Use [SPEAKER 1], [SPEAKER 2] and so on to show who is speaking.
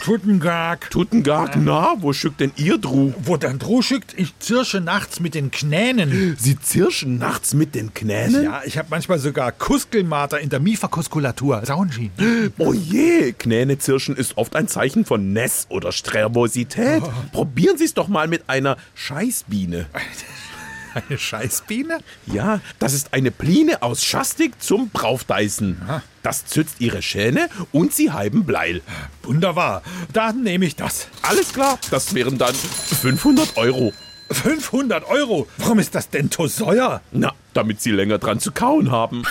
[SPEAKER 1] Tuttengag.
[SPEAKER 2] Tuttengag, na, wo schickt denn ihr Dru?
[SPEAKER 1] Wo dann Droh schickt, ich zirsche nachts mit den Knänen.
[SPEAKER 2] Sie zirschen nachts mit den Knänen?
[SPEAKER 1] Ja, ich habe manchmal sogar Kuskelmater in der Mifakuskulatur. Saunji.
[SPEAKER 2] Oh je, Knäne zirschen ist oft ein Zeichen von Ness oder Strevosität. Probieren Sie es doch mal mit einer Scheißbiene.
[SPEAKER 1] Eine Scheißbiene?
[SPEAKER 2] Ja, das ist eine Pline aus Schastik zum Braufdeißen. Das zützt ihre Schäne und sie halben Bleil.
[SPEAKER 1] Wunderbar. Dann nehme ich das.
[SPEAKER 2] Alles klar, das wären dann 500 Euro.
[SPEAKER 1] 500 Euro. Warum ist das denn so teuer?
[SPEAKER 2] Na, damit sie länger dran zu kauen haben.